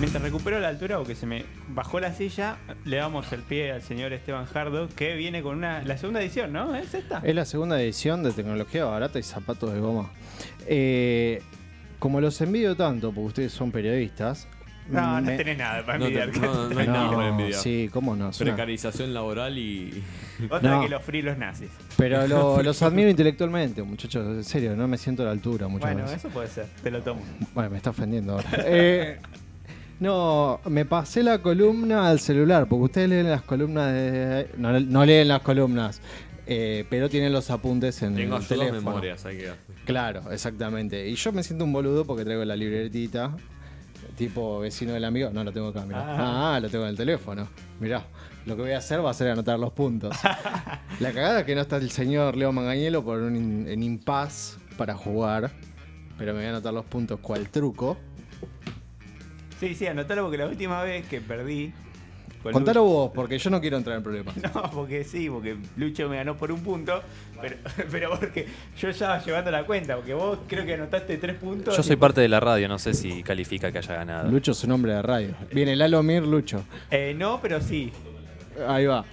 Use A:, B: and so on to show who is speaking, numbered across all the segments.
A: Mientras recupero la altura o que se me bajó la silla, le damos el pie al señor Esteban Jardo, que viene con una la segunda edición, ¿no? ¿Es esta?
B: Es la segunda edición de Tecnología Barata y Zapatos de Goma. Eh, como los envidio tanto, porque ustedes son periodistas.
A: No, no
B: me-
A: tenés nada para
C: No,
A: envidiar.
C: te- no, no hay
B: No,
C: nada para envidiar.
B: Sí, cómo no. es una-
C: Precarización laboral y.
A: Otra
B: No.
A: que los fríos los nazis.
B: Pero lo- los admiro intelectualmente, muchachos. En serio, no me siento a la altura muchas
A: bueno,
B: veces.
A: eso puede ser, te lo tomo.
B: Bueno, me está ofendiendo ahora. Eh, no, me pasé la columna al celular, porque ustedes leen las columnas de... No, no leen las columnas, eh, pero tienen los apuntes en
C: Tengo
B: el
C: yo dos
B: teléfono.
C: memorias, hay que.
B: Claro, exactamente. Y yo me siento un boludo porque traigo la libretita, tipo vecino del amigo. No, lo tengo acá, mirá.
A: Ah.
B: Ah, lo tengo en el teléfono. Mirá, lo que voy a hacer va a ser anotar los puntos. la cagada es que no está el señor Leo Mangañelo por un in- en impas para jugar, pero me voy a anotar los puntos cual truco.
A: Sí, sí, anotalo porque la última vez que perdí. con
B: Contalo vos, porque yo no quiero entrar en problemas.
A: No, porque sí, porque Lucho me ganó por un punto, pero, pero porque yo estaba llevando la cuenta, porque vos creo que anotaste tres puntos.
D: Yo
A: y-
D: soy parte de la radio, no sé si califica que haya ganado.
B: Lucho es un hombre de radio. Viene Lalo Mir, Lucho.
A: Eh, no, pero sí.
B: Ahí va.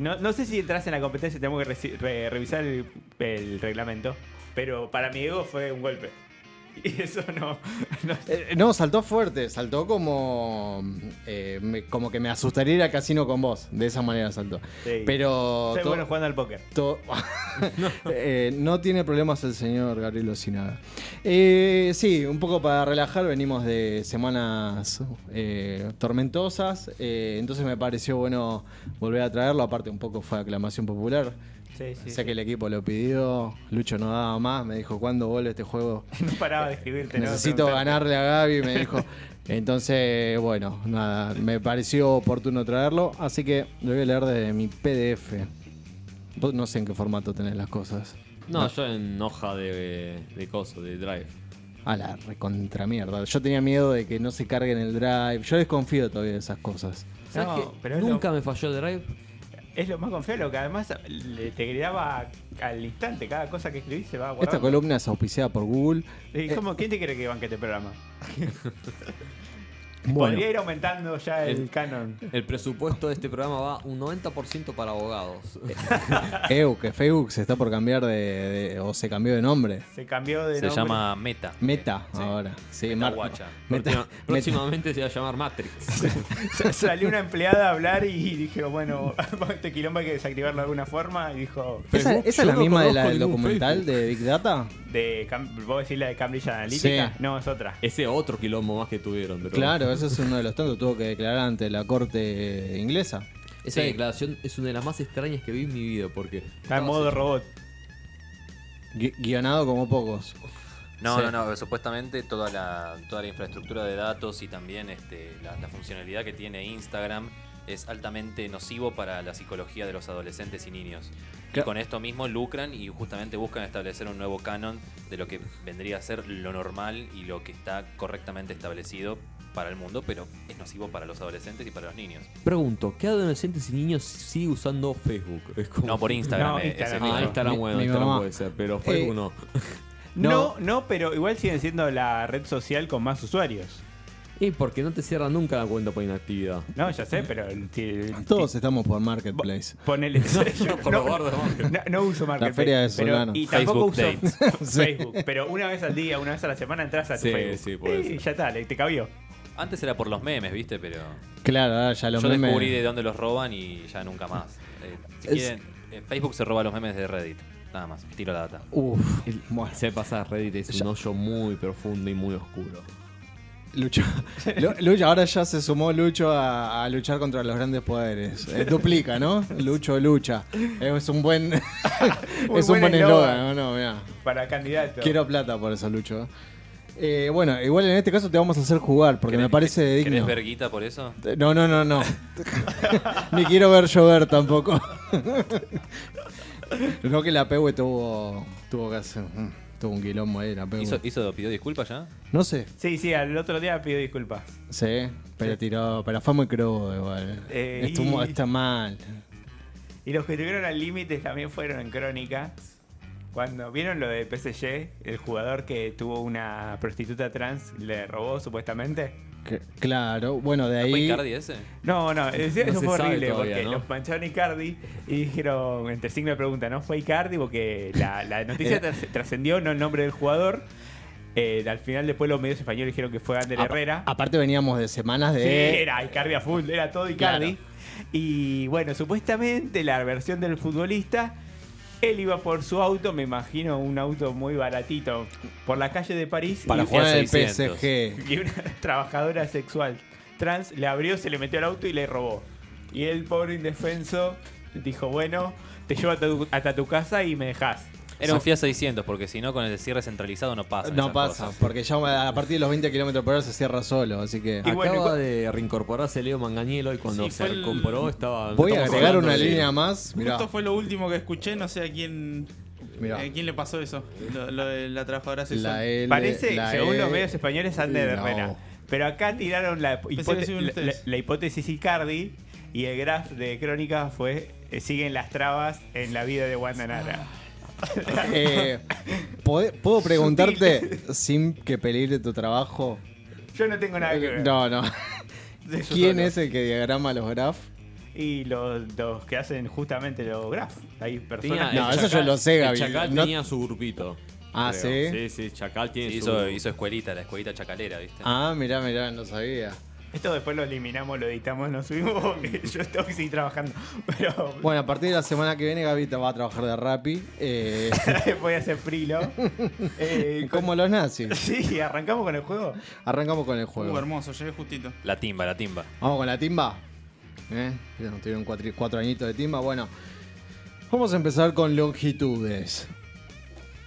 A: No, no sé si entras en la competencia, tengo que reci- re- revisar el, el reglamento, pero para mi ego fue un golpe. Y eso no... no-
B: Eh, No, saltó fuerte, saltó como eh, me- como que me asustaría ir a casino con vos, de esa manera saltó.
A: Sí.
B: Pero
A: soy
B: to-
A: bueno jugando al póker.
B: to- Eh, no tiene problemas el señor Gabriel Osinaga. Eh, sí, un poco para relajar, venimos de semanas eh, tormentosas, eh, entonces me pareció bueno volver a traerlo, aparte un poco fue aclamación popular.
A: Sí, sí,
B: sé que el equipo lo pidió, Lucho no daba más, me dijo, ¿cuándo vuelve este juego?
A: No paraba de escribirte. ¿no?
B: Necesito
A: Preguntarte.
B: ganarle a Gaby, me dijo. Entonces, bueno, nada, me pareció oportuno traerlo, así que lo voy a leer desde mi PDF. Vos no sé en qué formato tenés las cosas.
C: No, yo en hoja de, de coso, de drive.
B: A la recontra mierda. Yo tenía miedo de que no se carguen el drive. Yo desconfío todavía de esas cosas.
C: ¿Sabes
A: No,
C: qué?
A: pero es
C: Nunca
A: lo-
C: me falló el drive.
A: Es lo más confiable, que además le- te grababa al instante, cada cosa que escribís se va a guardar.
B: Esta eh, columna es auspiciada por Google.
A: ¿Y cómo? ¿Quién te quiere que banque este programa?
B: Bueno,
A: Podría ir aumentando ya el,
C: El-
A: canon.
C: El presupuesto de este programa va un 90% para abogados.
B: EU, que Facebook se está por cambiar de, de- o se cambió de nombre.
A: Se cambió de
D: Se
A: nombre.
D: llama Meta.
B: Meta ahora. Sí,
D: Meta
B: Mar-
D: guacha.
B: Meta-
C: Próxima-
B: Meta-
C: próximamente se va a llamar Matrix.
A: Sa- Salió una empleada a hablar y dije, bueno, este quilombo hay que desactivarlo de alguna forma. Y dijo,
B: ¿Esa, esa
C: Facebook,
B: es
C: yo
B: la
C: no
B: misma de la
C: conozco
B: del
C: ningún
B: documental
C: Facebook.
B: de Big Data?
A: de Cam- ¿vos decís la de Cambridge Analytica?
B: Sí.
A: No, es otra.
C: Ese otro quilombo más que tuvieron, pero.
B: Claro, ese es uno de los tantos. Tuvo que declarar ante la corte inglesa.
C: Esa
B: Sí.
C: declaración es una de las más extrañas que vi en mi vida porque.
A: Está en modo robot.
B: Gui- guionado como pocos.
D: No,
B: Sí.
D: no, no, supuestamente toda la, toda la infraestructura de datos y también este, la, la funcionalidad que tiene Instagram es altamente nocivo para la psicología de los adolescentes y niños. Y
B: Claro.
D: con esto mismo lucran y justamente buscan establecer un nuevo canon de lo que vendría a ser lo normal y lo que está correctamente establecido para el mundo, pero es nocivo para los adolescentes y para los niños.
C: Pregunto, ¿qué adolescentes y niños sigue usando Facebook? Es como-
D: No por Instagram,
A: No,
D: eh, es
A: Instagram.
D: el-
C: Ah, Instagram,
B: Mi-
C: bueno,
B: mi
C: Instagram
B: mamá.
C: puede ser, pero Facebook
B: Eh,
C: no.
A: No.
B: No.
A: no, pero igual siguen siendo la red social con más usuarios.
C: Y porque no te cierran nunca la cuenta por inactividad.
A: No, ya sé, pero... si-
B: Todos estamos por
A: Bo-
B: Marketplace.
A: Ponele. yo
C: por
A: no,
C: lo gordo, ¿no?
A: no- no uso Marketplace.
B: feria de
A: pero-
B: Solano.
A: y tampoco
D: Facebook
A: uso Facebook. Pero una vez al día, una vez a la semana entras a tu
C: Sí,
A: Facebook.
C: sí, puede
A: Y
C: ser.
A: ya está, le- te cabió.
D: Antes era por los memes, ¿viste? Pero
B: Claro, ahora ya los
D: yo
B: memes.
D: descubrí de dónde los roban y ya nunca más. Eh, si
B: Es-
D: quieren, eh, Facebook se roba los memes de Reddit. Nada más, tiro la data.
B: Uf,
C: Bueno, se pasa Reddit es un hoyo muy profundo y muy oscuro.
B: Lucho. Lu- Lucho, ahora ya se sumó Lucho a, a luchar contra los grandes poderes. Eh, duplica, ¿no? Lucho lucha. Es un buen. es un
A: buen
B: buen eslogan,
A: eslogan.
B: ¿no? no mirá.
A: Para candidato.
B: Quiero plata por eso, Lucho. Eh, bueno, igual en este caso te vamos a hacer jugar, porque me
D: ¿Querés-
B: parece
D: querés
B: digno.
D: verguita por eso?
B: No, no, no, no. Ni quiero ver llover tampoco. no que la Pewe tuvo, tuvo que hacer. mm, Tuvo un quilombo ahí, la Pewe.
D: ¿Hizo, hizo- pidió disculpas ya?
B: No sé,
A: Sí, sí, al otro día pido disculpas.
B: sí, pero tiró, pero fue muy crudo igual.
A: Eh,
B: Estuvo,
A: y-
B: Está mal.
A: Y los que estuvieron al límite también fueron en Crónica. Cuando vieron lo de PSG, el jugador que tuvo una prostituta trans, le robó supuestamente.
B: C- claro, bueno, de
D: ¿Fue
B: ahí.
D: Icardi ese?
A: No, no, eh, eso
C: se
A: fue
C: sabe
A: horrible
C: todavía,
A: porque
C: ¿no?
A: los mancharon a Icardi y dijeron, entre signo de pregunta, ¿no? Fue Icardi porque la, la noticia tras- trascendió, no el nombre del jugador. Eh, al final, después los medios españoles dijeron que fue Ander
B: a-
A: Herrera.
B: Aparte veníamos de semanas de.
A: Sí, era Icardi a full, era todo Icardi. Y bueno, supuestamente la versión del futbolista, él iba por su auto, me imagino un auto muy baratito, por la calle de París.
D: Para
B: y
A: y,
D: jugar
B: jugar en el
D: 600.
B: PSG.
A: y una trabajadora sexual trans le abrió, se le metió al auto y le robó. Y el pobre indefenso, dijo, bueno, te llevo hasta tu, hasta tu casa y me dejas.
D: Era un Fiat 600, porque si no, con el cierre centralizado no pasa.
B: No pasa, porque ya a partir de los 20 kilómetros por hora se cierra solo, así que.
A: Y bueno,
C: Acaba
A: y cu-
C: de reincorporarse Leo Manganiello y cuando
E: Sí,
C: se
E: fue el-
C: reincorporó estaba.
B: Voy a
C: estamos
B: agregar
C: hablando
B: una
C: de-
B: línea más. Mirá,
E: Esto fue lo último que escuché, no sé a quién,
B: mirá.
E: a quién le pasó eso. Lo, lo de la trabajadora sexual.
B: La L,
A: Parece,
B: la
A: según
B: E,
A: los medios españoles, Ander
B: no.
A: Herrera. Pero acá tiraron la,
E: que
A: hipote-
E: decían
A: la-
E: ustedes.
A: la- la hipótesis Icardi y el graph de Crónica fue eh, siguen las trabas en la vida de Wanda Nara.
B: Eh, ¿pode- ¿Puedo preguntarte sin que peligre tu trabajo?
A: Yo no tengo nada que ver.
B: No, no.
A: De eso
B: ¿Quién
A: solo.
B: es el que diagrama los graf?
A: Y los, los que hacen justamente los graphs. Hay personas
C: Tenía-
A: que-
B: No,
C: el
B: eso yo lo sé,
C: el
B: Gaby.
C: Chacal
B: No-
C: tenía su grupito.
B: Ah,
C: creo.
B: ¿sí?
C: Sí, sí, Chacal tiene
D: Sí,
C: su.
D: hizo, hizo escuelita, la escuelita chacalera, ¿viste?
B: Ah, mirá, mirá, no sabía.
A: Esto después lo eliminamos, lo editamos, lo subimos. porque Yo estoy sí trabajando. Pero
B: Bueno, a partir de la semana que viene Gaby te va a trabajar de Rappi. eh,
A: voy a hacer frilo. Eh,
B: como los nazis.
A: Sí, arrancamos con el juego.
B: Arrancamos con el
E: Uh,
B: juego.
E: hermoso, llegué justito.
D: La timba, la timba.
B: Vamos con la timba. ¿Eh? Ya nos tuvieron cuatro, cuatro añitos de timba. Bueno, vamos a empezar con longitudes.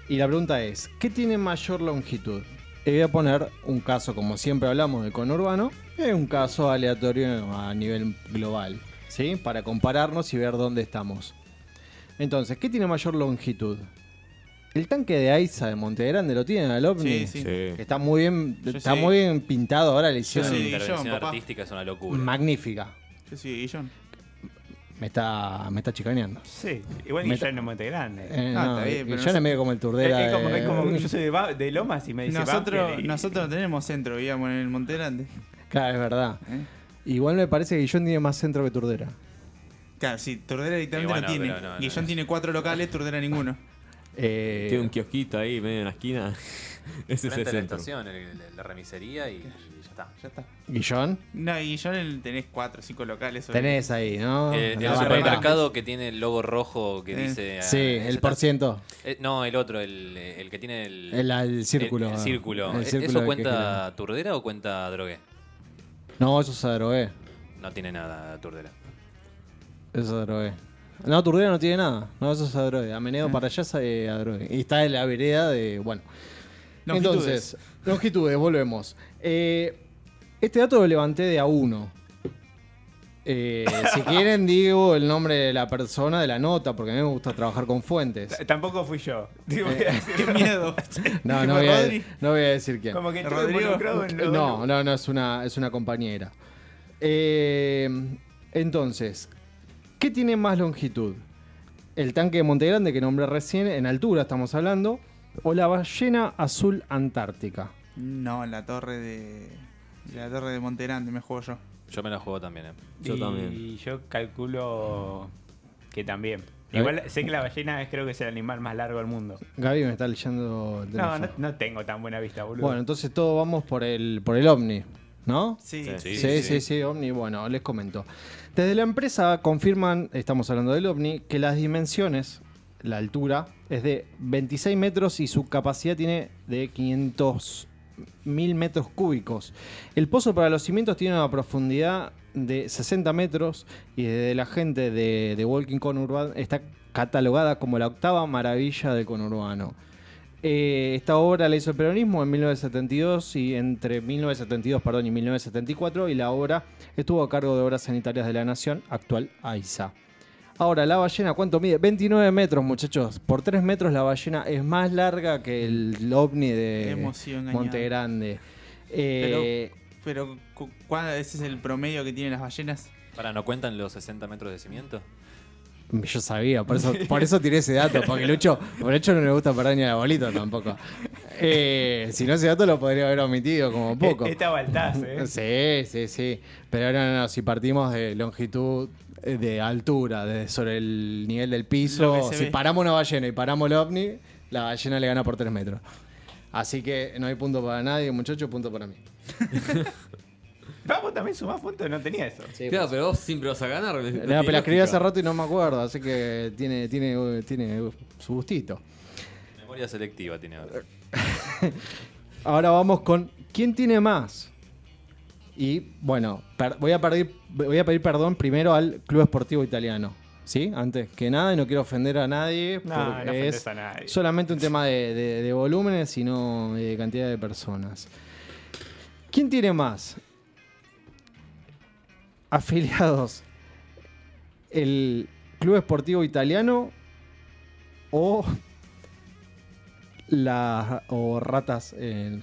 B: Y la pregunta es, ¿qué tiene mayor longitud? Y voy a poner un caso, como siempre hablamos de conurbano, y un caso aleatorio a nivel global, ¿sí? Para compararnos y ver dónde estamos. Entonces, ¿qué tiene mayor longitud? El tanque de Aiza de Monte Grande lo tienen al OVNI.
E: Sí, sí.
C: Sí.
B: Está muy bien,
E: Yo
B: está
E: sí.
B: muy bien pintado ahora, le
E: Yo
B: hicieron
D: La
E: sí,
D: intervención
E: Guillón, papá.
D: artística es una locura.
B: magnífica.
E: Yo soy Guillón.
B: Me está, me está chicaneando.
A: Sí, igual
B: Me
A: que
B: ta-
A: yo en Monte Grande.
B: Eh,
E: Ah,
B: no,
E: está bien,
B: y- y yo
E: pero no
B: no
E: sé.
B: medio como el
A: Es-
B: turdera.
A: es como,
B: de-
A: es como que yo soy de, Ba- de Lomas y me dice
E: Nosotros,
A: Banfield y-
E: nosotros no tenemos centro, vivíamos en el Monte Grande.
B: Claro, es verdad.
E: ¿eh?
B: Igual me parece que Guillón tiene más centro que turdera.
E: Claro, sí, Turdera directamente
D: Y bueno,
E: no tiene.
D: pero no, no,
E: Guillón
D: no.
E: tiene cuatro locales, Turdera ninguno.
B: Eh,
C: Tiene un kiosquito ahí, medio en la esquina. Ese es
D: Frente
C: el
D: a la
C: centro.
D: estación, el- el- la remisería y, y ya está. Eh,
E: Ya está.
B: Guillón,
E: No, y Guillón el- tenés cuatro, cinco locales. sobre-
B: tenés ahí, ¿no?
D: Eh,
B: La
D: el
B: barra
D: supermercado que tiene el logo rojo que
E: Eh.
D: dice. ah,
B: brava. Sí,
D: ese
B: el
D: está-
B: por ciento.
D: Eh, no, el otro, el, el que tiene el.
B: El, el círculo.
D: El, el círculo.
B: El
D: ¿E-
B: círculo
D: ¿Eso
B: que
D: cuenta Turdera o cuenta Drogué?
B: gira. No, eso es adrogué.
D: No tiene nada Turdera.
B: Eso es adrogué. E. No, Turdera no tiene nada. No, eso es adrogué. Amenedo E. para allá es eh, adrogué. Y está en la vereda de. Bueno.
E: Longitudes.
B: Entonces, longitudes, volvemos. Eh, este dato lo levanté de a uno. Eh, si quieren, digo el nombre de la persona de la nota, porque a mí me gusta trabajar con fuentes.
A: T- Tampoco fui yo. Te
B: Eh,
A: voy a decir,
E: ¡Qué miedo!
B: No,
E: ¿Tipo
B: no voy a,
E: Rodri?
B: no voy a decir quién.
A: Como que estuve
E: Rodrigo.
A: involucrado en lo-
B: No, no, no, es una, es una compañera. Eh, entonces, ¿qué tiene más longitud? ¿El tanque de Monte Grande que nombré recién, en altura estamos hablando, o la ballena azul antártica?
E: No, la torre de. La torre de Monte Grande me juego yo.
D: Yo me la juego también, eh.
C: Yo
A: y
C: también.
A: yo calculo que también.
B: Ay.
A: Igual sé que la ballena es creo que es el animal más largo del mundo.
B: Gaby me está leyendo. el
A: No,
B: teléfono.
A: no, no tengo tan buena vista, boludo.
B: Bueno, entonces todos vamos por el, por el ovni, ¿no?
E: Sí,
D: Sí,
E: sí.
B: Sí, sí, sí,
D: sí.
B: OVNI. Bueno, les comento. Desde la empresa confirman, estamos hablando del OVNI, que las dimensiones, la altura, es de 26 metros y su capacidad tiene de 500 mil metros cúbicos. El pozo para los cimientos tiene una profundidad de 60 metros y desde la gente de, de Walking Conurban está catalogada como la octava maravilla del conurbano. Eh, esta obra la hizo el peronismo en 1972 y entre 1972 perdón, y 1974 y la obra estuvo a cargo de Obras Sanitarias de la Nación, actual AISA. Ahora, la ballena, ¿cuánto mide? 29 metros, muchachos. Por 3 metros la ballena es más larga que el ovni de
E: Hemos sido engañados.
B: Monte Grande. Eh,
E: Pero, cu- ¿cuál- ¿ese es el promedio que tienen las ballenas?
D: Para, ¿no cuentan los 60 metros de cimiento?
B: Yo sabía, por eso, por eso tiré ese dato, porque Lucho, por hecho no le gusta perder ni a la bolita tampoco. Eh, si no ese dato lo podría haber omitido como poco.
A: Eh, Esta Baltaz, ¿eh?
B: Sí, sí, sí. Pero ahora no, si partimos de longitud, eh, de altura, de sobre el nivel del
E: Lo
B: piso,
E: que se
B: si
E: ve.
B: paramos una ballena y paramos el ovni, la ballena le gana por 3 metros. Así que no hay punto para nadie, muchachos, punto para mí.
A: Vamos Ah, también sumás puntos, no tenía eso.
C: Claro, pero vos siempre vas a ganar. No,
B: No, pero la escribí hace rato y no me acuerdo, así que tiene, tiene, uh, tiene uh, su gustito.
D: Memoria selectiva tiene ahora.
B: Ahora vamos con ¿quién tiene más? Y bueno, per- voy, a pedir, voy a pedir perdón primero al Club Esportivo Italiano. ¿Sí? Antes que nada, y no quiero ofender a nadie,
A: No, no
B: porque
A: ofendes
B: es
A: a nadie.
B: solamente un tema de, de- de volúmenes y no de cantidad de personas. ¿Quién tiene más? Afiliados. ¿El Club Esportivo Italiano o las o ratas en-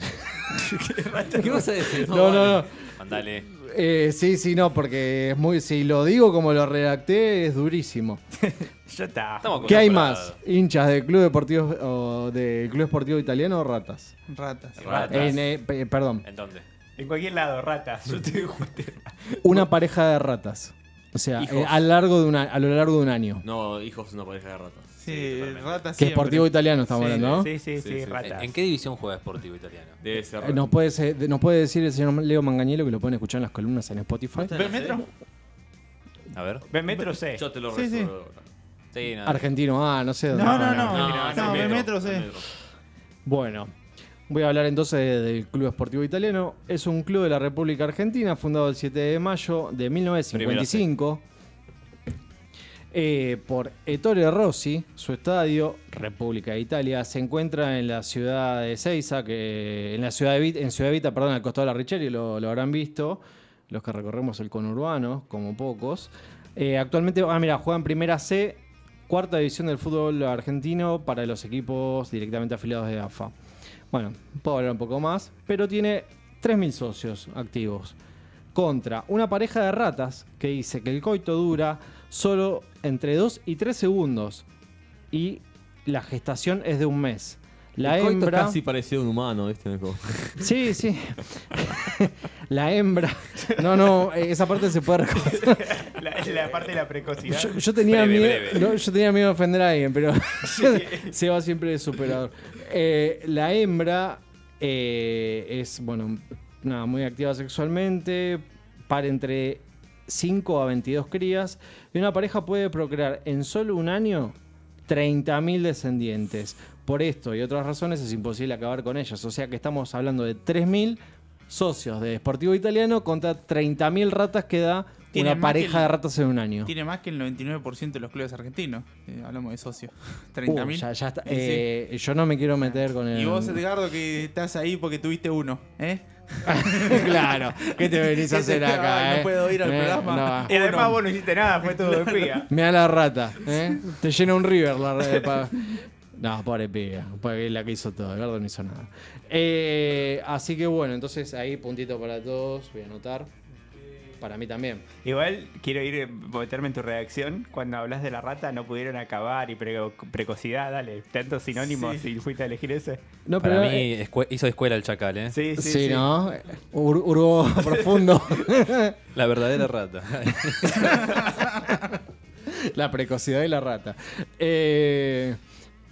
C: ¿Qué vas a decir?
B: No, no, no.
D: Mandale.
B: Eh, sí, sí, no, porque es muy. Si lo digo como lo redacté, es durísimo.
A: Ya está.
D: Estamos con
B: ¿Qué hay
D: temporada.
B: más? ¿Hinchas del Club Deportivo o del Club Esportivo Italiano o ratas?
E: Ratas.
D: Ratas.
B: En, eh, pe- perdón.
D: ¿En dónde?
A: En cualquier lado, rata. Yo te digo, te-
B: Una pareja de ratas. O sea,
C: Hijos.
B: eh, a, largo de una, a lo largo de un año.
C: No, hijos, una pareja de ratas.
E: Sí,
D: Sí, totalmente.
E: ratas.
B: que
E: siempre.
B: Esportivo Italiano estamos
E: Sí,
B: hablando, ¿no?
A: Sí, sí, sí,
C: Sí, sí.
A: rata.
D: ¿En qué división juega Sportivo Italiano?
C: Debe ser
B: Eh, Nos puede, ser- nos puede decir el señor Leo Mangañelo que lo pueden escuchar en las columnas en Spotify.
A: ¿Ves metro?
D: A ver.
A: ¿Ves metro C?
C: Yo te lo
E: Sí, sí.
C: resuelvo.
D: Sí, no.
B: Argentino, ah, no sé dónde.
E: No,
B: Ah,
E: no, no. No,
C: es el
E: de metro, sí.
C: el
B: Bueno, voy a hablar entonces de- del Club Esportivo Italiano. Es un club de la República Argentina, fundado el 7 de mayo de 1955 eh, por Ettore Rossi. Su estadio, República de Italia, se encuentra en la ciudad de Seiza, que en la ciudad de Vita, en Ciudad Vita, perdón, al costado de la Richeri, lo, lo habrán visto, los que recorremos el conurbano, como pocos. Eh, actualmente, ah, mira, juega en Primera C, cuarta división del fútbol argentino para los equipos directamente afiliados de AFA. Bueno, puedo hablar un poco más, pero tiene 3.000 socios activos contra una pareja de ratas que dice que el coito dura solo entre 2 y 3 segundos y la gestación es de un mes. La
C: coito es
B: hembra
C: casi parecido a un humano, ¿viste? Nico?
B: Sí, sí. la hembra. No, no, eh, esa parte se puede recortar.
A: La, la parte de la precocidad.
B: Yo, yo tenía
D: Breve,
B: miedo,
D: breve.
B: no, yo tenía miedo de ofender a alguien, pero se va siempre de superador. Eh, la hembra eh, es, bueno, nada, muy activa sexualmente, para entre 5 a 22 crías, y una pareja puede procrear en solo un año 30.000 descendientes. Por esto y otras razones es imposible acabar con ellas, o sea que estamos hablando de 3.000 socios de Deportivo Italiano contra 30.000 ratas que da
E: Tiene
B: una
E: más que
B: pareja
E: el-
B: de ratas en un año.
E: Tiene más que el 99% de los clubes argentinos. Eh, hablamos de socios.
B: Uh,
E: 30.000.
B: ya, ya está.
E: Sí, sí.
B: Eh, Yo no me quiero meter con el.
E: Y vos, Edgardo, que estás ahí porque tuviste uno, ¿eh?
B: claro, ¿qué te venís a hacer
E: Ay,
B: acá?
E: no
B: eh?
E: puedo ir al
B: Eh,
E: programa.
B: no.
A: Y además vos no hiciste nada, fue todo de pía.
B: Mirá la rata, ¿eh? Te llena un river la rata. pa- No, pobre piba, porque la que hizo todo, Edgardo no hizo nada. Eh, así que bueno, entonces ahí puntito para todos, voy a anotar. Para mí también.
A: Igual quiero ir eh, meterme en tu redacción. Cuando hablas de la rata, no pudieron acabar y pre- precocidad, dale. Tantos sinónimos y fuiste a elegir ese.
B: No,
D: Para
B: pero,
D: mí
B: eh,
D: escue- hizo escuela el chacal, ¿eh?
A: Sí, sí.
B: sí,
A: sí.
B: ¿no? Ur- Urgo profundo.
D: La verdadera rata.
B: La precocidad de la rata. Eh,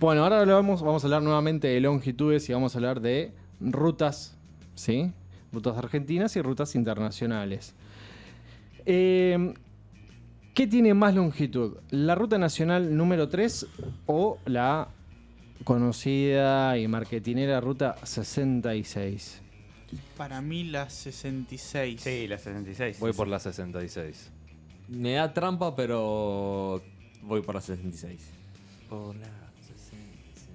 B: bueno, ahora lo vamos, vamos a hablar nuevamente de longitudes y vamos a hablar de rutas, ¿sí? Rutas argentinas y rutas internacionales. Eh, ¿Qué tiene más longitud? ¿La ruta nacional número 3 o la conocida y marketinera ruta 66?
E: Para mí, la 66.
A: Sí, la 66.
D: Voy por la 66.
C: Me da trampa, pero voy por la 66.
D: Por la 66.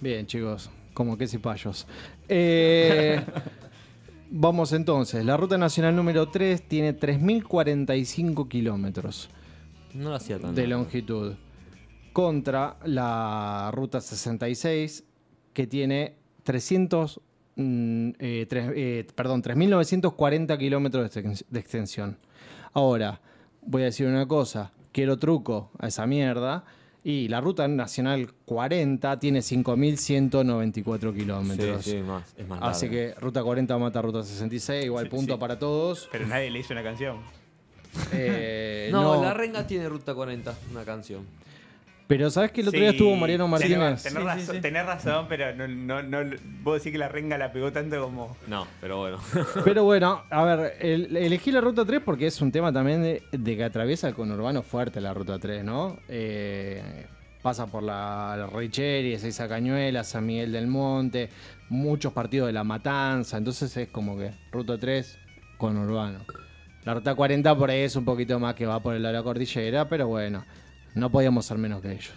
B: Bien, chicos, como que cipayos. Eh, vamos entonces, la ruta nacional número 3 tiene 3.045 kilómetros
C: Ah, No lo hacía tanto.
B: de longitud contra la ruta 66 que tiene 300, mm, eh, tres- eh, perdón, 3.940 kilómetros de exten- de extensión. Ahora, voy a decir una cosa, quiero truco a esa mierda Y la ruta nacional 40 tiene 5.194 kilómetros.
C: Sí, Ah, sí, más, es más
B: Así
C: larga.
B: que ruta 40 mata ruta 66, igual
A: Sí,
B: punto
A: sí.
B: para todos.
A: Pero nadie le hizo una canción.
B: Eh,
C: No,
B: no.
C: La Renga tiene Ruta 40, una canción.
B: Pero ¿sabes que el otro
A: Sí,
B: día estuvo Mariano
A: tenés-
B: Martínez?
A: Tenés, razón, tenés razón, pero no, no, no, vos decís que la renga la pegó tanto como.
C: No, pero bueno.
B: Pero bueno, a ver, el- elegí la ruta 3 porque es un tema también de, de que atraviesa el conurbano fuerte la ruta 3, ¿no? Eh, pasa por la, la Richeri, Ezeiza Cañuela, San Miguel del Monte, muchos partidos de la Matanza, entonces es como que ruta 3 conurbano. La ruta 40 por ahí es un poquito más que va por el lado de la cordillera, pero bueno, no podíamos ser menos que ellos.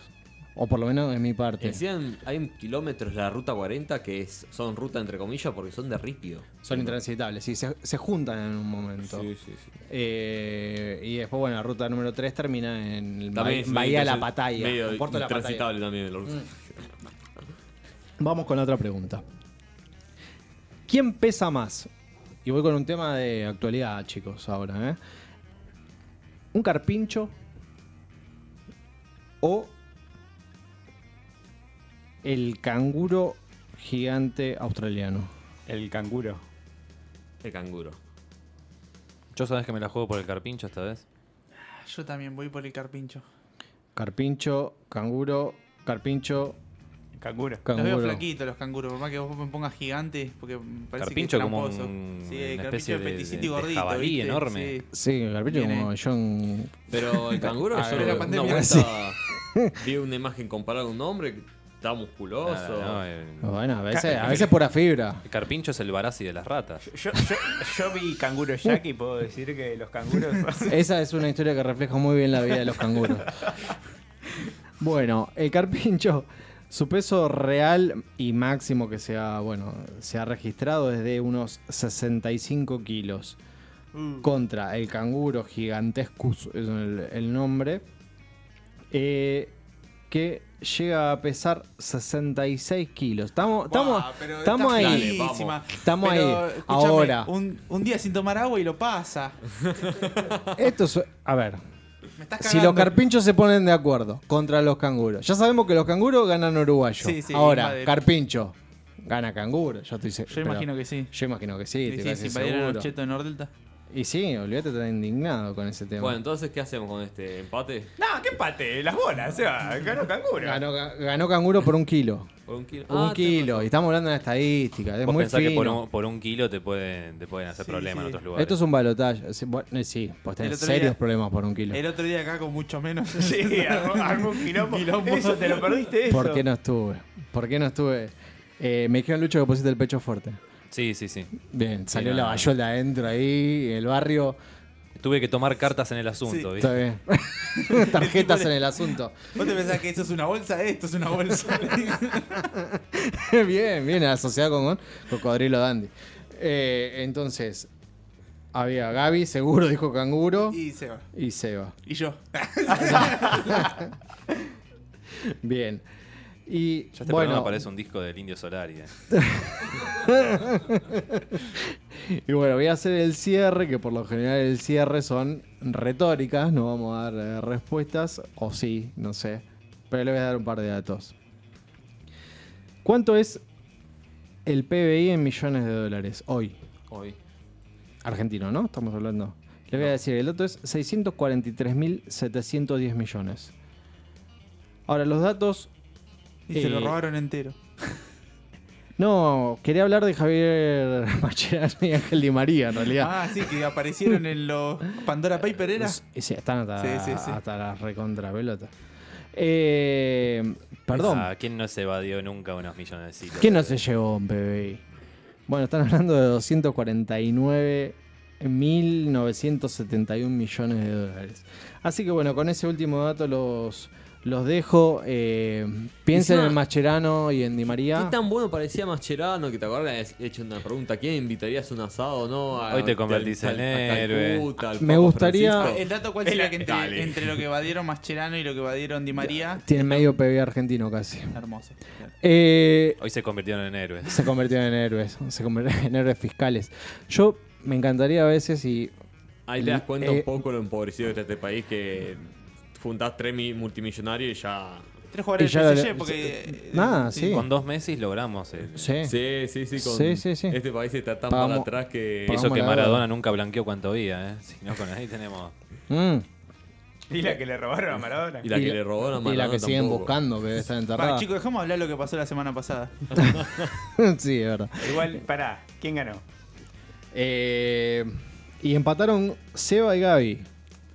B: O por lo menos de mi parte.
C: Decían, hay un kilómetros de la Ruta 40 que es- son ruta entre comillas porque son de ripio.
B: Son intransitables, sí, se, se juntan en un momento.
C: sí, sí.
B: Eh, y después, bueno, la ruta número 3 termina en el Bahía, Bahía La Pataya. en Puerto La Pataya.
C: transitable también la ruta.
B: Vamos con la otra pregunta. ¿Quién pesa más? Y voy con un tema de actualidad, chicos, ahora. ¿eh? ¿Un carpincho? ¿O el canguro gigante australiano?
A: El canguro.
C: El canguro.
D: Yo sabes que me la juego por el carpincho esta vez.
E: Yo también voy por el carpincho.
B: Carpincho, canguro, carpincho,
A: El canguro.
B: canguro.
E: Los veo flaquitos los canguros, por más que vos me pongas gigante, porque me parece
D: Carpincho
E: que es
D: como
E: tramposo.
D: un-
E: sí,
D: una especie
E: el carpincho
D: de-
E: peticito
D: de-
E: y
D: de
E: gordito,
D: jabalí
E: ¿viste?
D: enorme.
E: Sí.
B: Sí, el carpincho
E: Viene.
B: como John.
C: Pero el canguro
B: Ah,
C: yo
B: de la
C: una
E: pandemia.
C: vuelta
B: Sí.
C: vi una imagen comparada a un hombre que estaba musculoso.
D: Nada, no, eh. el,
B: Bueno, a veces, a veces pura fibra.
D: el carpincho es el barassi de las ratas.
A: Yo, yo- yo vi canguro Jack y puedo decir que los canguros.
B: Esa es una historia que refleja muy bien la vida de los canguros. Bueno, el carpincho, su peso real y máximo que se ha, bueno, se ha registrado es de unos 65 kilos.
E: Mm.
B: Contra el canguro gigantescus, es el, el nombre, eh, que llega a pesar 66 kilos. Estamos, estamos,
E: Guau, pero
B: estamos
E: está
B: ahí.
C: Dale, vamos.
E: finísima.
B: Estamos
E: Pero,
B: ahí.
E: escúchame,
B: Ahora.
E: Un, un día sin tomar agua y lo pasa.
B: Esto es, a ver,
E: Me estás
B: Si
E: cagando.
B: los carpinchos se ponen de acuerdo contra los canguros. Ya sabemos que los canguros ganan uruguayo.
E: Sí, sí,
B: Ahora,
E: invaden.
B: carpincho gana canguro. Yo, estoy se-
E: Yo
B: pero-
E: imagino que sí.
B: Yo imagino que sí,
E: Sí,
B: te
E: sí,
B: parece
E: si invadieron
B: seguro.
E: los chetos de Nordelta.
B: Y sí, olvídate, está indignado con ese tema.
C: Bueno, entonces, ¿qué hacemos con este empate?
A: no, qué pate, las bolas, se va, ganó canguro.
B: ganó, ga- ganó canguro por un kilo.
C: Por un kilo.
E: Ah,
C: Ah,
B: un kilo. Y estamos hablando de estadística. Es
D: Vos
B: muy
D: pensás que por
B: fino.
D: un, por un kilo te pueden, te pueden hacer
E: Sí,
D: problema
E: sí.
D: en otros lugares.
B: Esto es un balotaje. Sí, bueno, eh, sí, pues tenés
E: El otro
B: serios
E: día-
B: problemas por un kilo.
E: El otro día acá con mucho menos.
A: Sí, armó, armó un quilombo.
E: Quilombo.
A: Eso, te lo perdiste eso.
B: ¿Por qué no estuve? ¿Por qué no estuve? Eh, me dijeron, Lucho, que pusiste el pecho fuerte.
D: Sí, sí, sí.
B: Bien, salió
D: no,
B: la
D: no.
B: bayolda adentro ahí, el barrio.
D: Tuve que tomar cartas en el asunto, ¿viste?
B: Está bien. Tarjetas en el asunto.
E: ¿Vos te pensás que eso es una bolsa? Esto es una bolsa.
B: bien, bien, asociado con Cocodrilo Dandy. Eh, entonces, había Gaby, seguro dijo canguro,
E: y se va.
B: y Seba.
E: Y yo.
B: Bien. Y
D: Ya este
B: bueno,
D: programa parece un disco del Indio Solari. eh.
B: y bueno, voy a hacer el cierre, que por lo general el cierre son retóricas, no vamos a dar eh, respuestas, o sí, no sé. Pero le voy a dar un par de datos. ¿Cuánto es el PBI en millones de dólares hoy?
C: Hoy.
B: Argentino, ¿no? Estamos hablando. Le voy a decir, el dato es 643.710 millones. Ahora, los datos...
E: Y se lo
B: Eh.
E: robaron entero.
B: No, quería hablar de Javier Macherano y Ángel Di María, en realidad.
E: Ah, sí, que aparecieron en los Pandora Paper, ¿era?
B: Pues, Sí, están hasta,
E: Sí, sí, sí.
B: hasta la recontrapelota. Eh, perdón,
D: Ah, ¿Quién no se evadió nunca unos milloncitos?
B: ¿quién no se llevó un PBI? Bueno, están hablando de 249.971 millones de dólares. Así que bueno, con ese último dato los, los dejo. eh, piensen
C: Encima-
B: en Mascherano y en Di María.
C: ¿Qué tan bueno parecía Mascherano que te acordás? He hecho una pregunta. ¿Quién invitarías a un asado o no? A-
D: Hoy te convertís
C: al-
D: en
C: al- al
D: héroe.
C: Calcuta, al
B: Me
C: Papa
B: gustaría-
E: Ah,
C: Francisco?
E: ¿El dato cuál sería que entre, entre lo que evadieron Mascherano y lo que evadieron Di María?
B: Tienen medio PBI argentino casi.
E: Hermoso.
B: Eh,
D: Hoy se convirtieron en héroes.
B: se convirtieron en héroes, se convirtieron en héroes fiscales. Yo me encantaría a veces y
C: Ahí te das cuenta
B: Eh,
C: un poco lo empobrecido que está este país que
F: juntás tres mi- multimillonarios y ya.
E: Tres
B: Y
E: jugadores
B: ya
E: del
B: la-
E: PSG porque. eh,
B: Nada, sí.
D: Con dos Messi logramos eh. el-
B: Sí.
F: Sí, sí, sí. con-
B: Sí, sí, sí.
F: Este país está tan
B: Pagamos-
F: para atrás que.
B: Pagamos
D: Eso que
B: la
D: Maradona
B: deuda.
D: nunca blanqueó cuanto había, ¿eh? Si no, con ahí tenemos.
B: Mm.
A: Y la que le robaron a Maradona.
F: Y la que le robaron a
B: Y la
F: Maradona
B: que siguen
F: tampoco.
B: buscando, que está
E: Va,
B: enterrada.
E: chicos, dejemos hablar lo que pasó la semana pasada.
B: sí, es verdad.
A: Igual, pará, ¿quién ganó?
B: Eh, y empataron Seba y Gaby.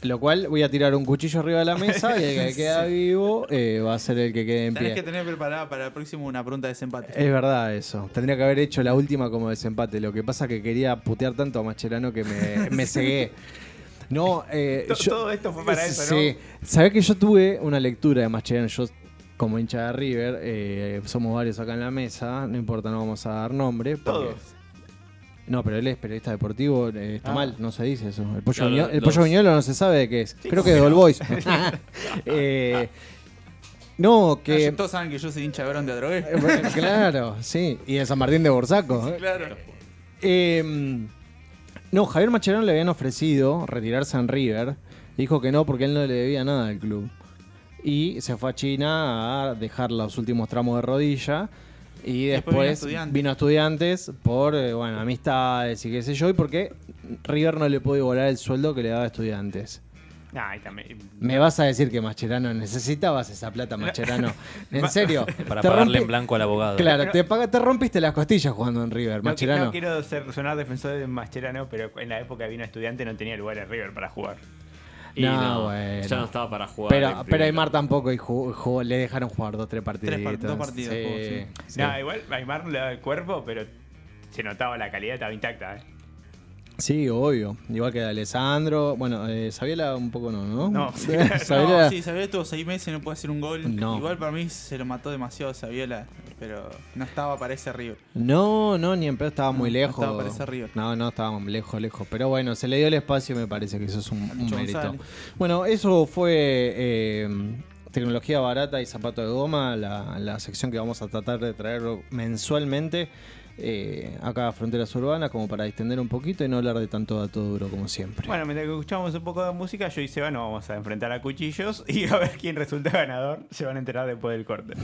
B: Lo cual voy a tirar un cuchillo arriba de la mesa y el que queda vivo eh, va a ser el que quede en
E: Tenés que
B: pie. Eh,
E: tener preparada para el próximo una pregunta de desempate.
B: Es verdad eso. Tendría que haber hecho la última como desempate. Lo que pasa que quería putear tanto a Macherano que me, me cegué. No, eh,
A: To- todo esto fue para eso, ¿no?
B: Sí. Sabés que yo tuve una lectura de Mascherano. Yo, como hincha de River, eh, somos varios acá en la mesa. No importa, no vamos a dar nombre. porque-
A: Todos. Ah.
B: No, pero él es periodista deportivo. eh, está mal, no se dice eso. El pollo,
F: No,
B: Viño-
F: lo-
B: el pollo
F: los-
B: viñolo no se sabe de qué es. Creo que es de All Boys. Eh, no,
E: No,
B: que...
E: Ah, yo- todos saben que yo soy hincha de Verón de Adrogué.
B: Eh, bueno, claro, sí. Y de San Martín de Borsaco.
E: Claro.
B: Eh, no, Javier Macherano le habían ofrecido retirarse en River. Dijo que no porque él no le debía nada al club. Y se fue a China a dejar los últimos tramos de rodilla. Y
E: Después vino a
B: después
E: Estudiantes.
B: vino a estudiantes por eh, bueno, amistades y qué sé yo. Y porque River no le pudo igualar el sueldo que le daba a estudiantes.
A: Ay, también.
B: Me vas a decir que Macherano necesitabas esa plata, Macherano. En serio.
D: Para
B: Te
D: pagarle
B: rompe-
D: en blanco al abogado.
B: Claro, te, paga- te rompiste las costillas jugando en River,
A: No, que-
B: Macherano.
A: no quiero ser- sonar defensor de Mascherano, pero en la época de vino estudiante no tenía lugar en River para jugar.
F: Y
B: No,
F: no,
B: bueno.
F: Ya no estaba para jugar.
B: Pero,
F: en
B: pero
F: primera.
B: Aymar tampoco y jugó- jugó- le dejaron jugar dos, tres partidos.
E: par- dos partidos jugó, sí.
A: No, igual Aymar no le daba el cuerpo, pero se notaba la calidad, estaba intacta. ¿eh?
B: Sí, obvio. Igual que Alessandro. Bueno, eh, Sabiola un poco no, ¿no?
A: No, sí.
B: Sabiola-
E: No, sí, Saviola estuvo seis meses y no puede hacer un gol.
B: No.
E: Igual para mí se lo mató demasiado Saviola, pero no estaba para ese River.
B: no, no, ni en pedo estaba muy
E: No,
B: lejos.
E: estaba para ese River.
B: No, no, estábamos lejos, lejos. Pero bueno, se le dio el espacio y me parece que eso es un,
E: A
B: un
E: Lucho
B: mérito.
E: González.
B: Bueno, eso fue eh, tecnología barata y zapato de goma, la, la sección que vamos a tratar de traer mensualmente eh, acá a Fronteras Urbanas, como para distender un poquito y no hablar de tanto dato duro como siempre.
A: Bueno, mientras que escuchábamos un poco de música, yo y Seba nos vamos a enfrentar a cuchillos y a ver quién resulta ganador. Se van a enterar después del corte.